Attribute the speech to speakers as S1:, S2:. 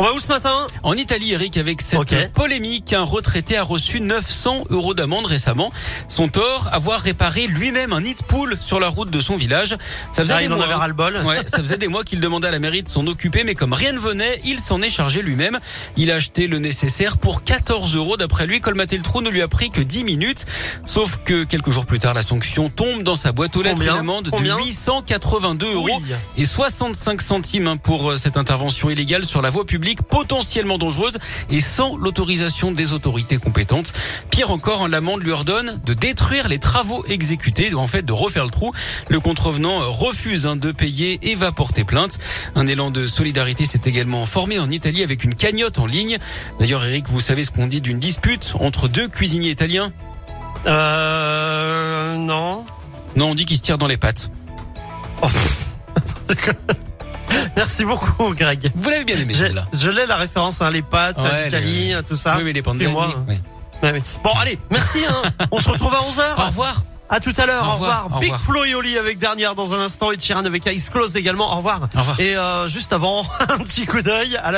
S1: On va où ce matin
S2: En Italie, Eric, avec cette
S1: Ok.
S2: polémique, un retraité a reçu 900 euros d'amende récemment. Son tort, avoir réparé lui-même un nid de poule sur la route de son village. Ça faisait
S1: Ah,
S2: des
S1: Il en
S2: mois,
S1: avait
S2: hein.
S1: ras le bol.
S2: Ouais, ça faisait des mois qu'il demandait à la mairie de s'en occuper, mais comme rien ne venait, il s'en est chargé lui-même. Il a acheté le nécessaire pour 14 euros. D'après lui, colmater le trou ne lui a pris que 10 minutes. Sauf que quelques jours plus tard, la sanction tombe dans sa boîte aux lettres.
S1: Combien
S2: une amende
S1: Combien
S2: de 882 euros
S1: Oui.
S2: et 65 centimes hein, pour euh, cette intervention illégale sur la voie publique potentiellement dangereuse et sans l'autorisation des autorités compétentes. Pire encore, hein, l'amende lui ordonne de détruire les travaux exécutés, en fait de refaire le trou. Le contrevenant euh, refuse hein, de payer et va porter plainte. Un élan de solidarité s'est également formé en Italie avec une cagnotte en ligne. D'ailleurs, Eric, vous savez ce qu'on dit d'une dispute entre deux cuisiniers italiens
S1: Euh. Non.
S2: Non, on dit qu'ils se tirent dans les pattes.
S1: Oh, pff. Merci beaucoup, Greg.
S2: Vous l'avez bien aimé,
S1: Je,
S2: là
S1: je l'ai la référence, hein, les pâtes,
S2: Ouais,
S1: l'Italie, hein, tout ça.
S2: Oui, mais les pandas,
S1: et moi,
S2: oui,
S1: hein.
S2: oui.
S1: Ouais, ouais. Bon, allez, merci. hein. On se retrouve à
S2: Au
S1: 11h.
S2: revoir.
S1: À tout à l'heure.
S2: Au
S1: Au
S2: revoir,
S1: revoir.
S2: au
S1: Big
S2: revoir.
S1: Flo et Oli avec Dernière dans un instant et Chiran avec Ice Closed également. Au revoir.
S2: Au revoir.
S1: Et euh, juste avant, un petit coup d'œil à la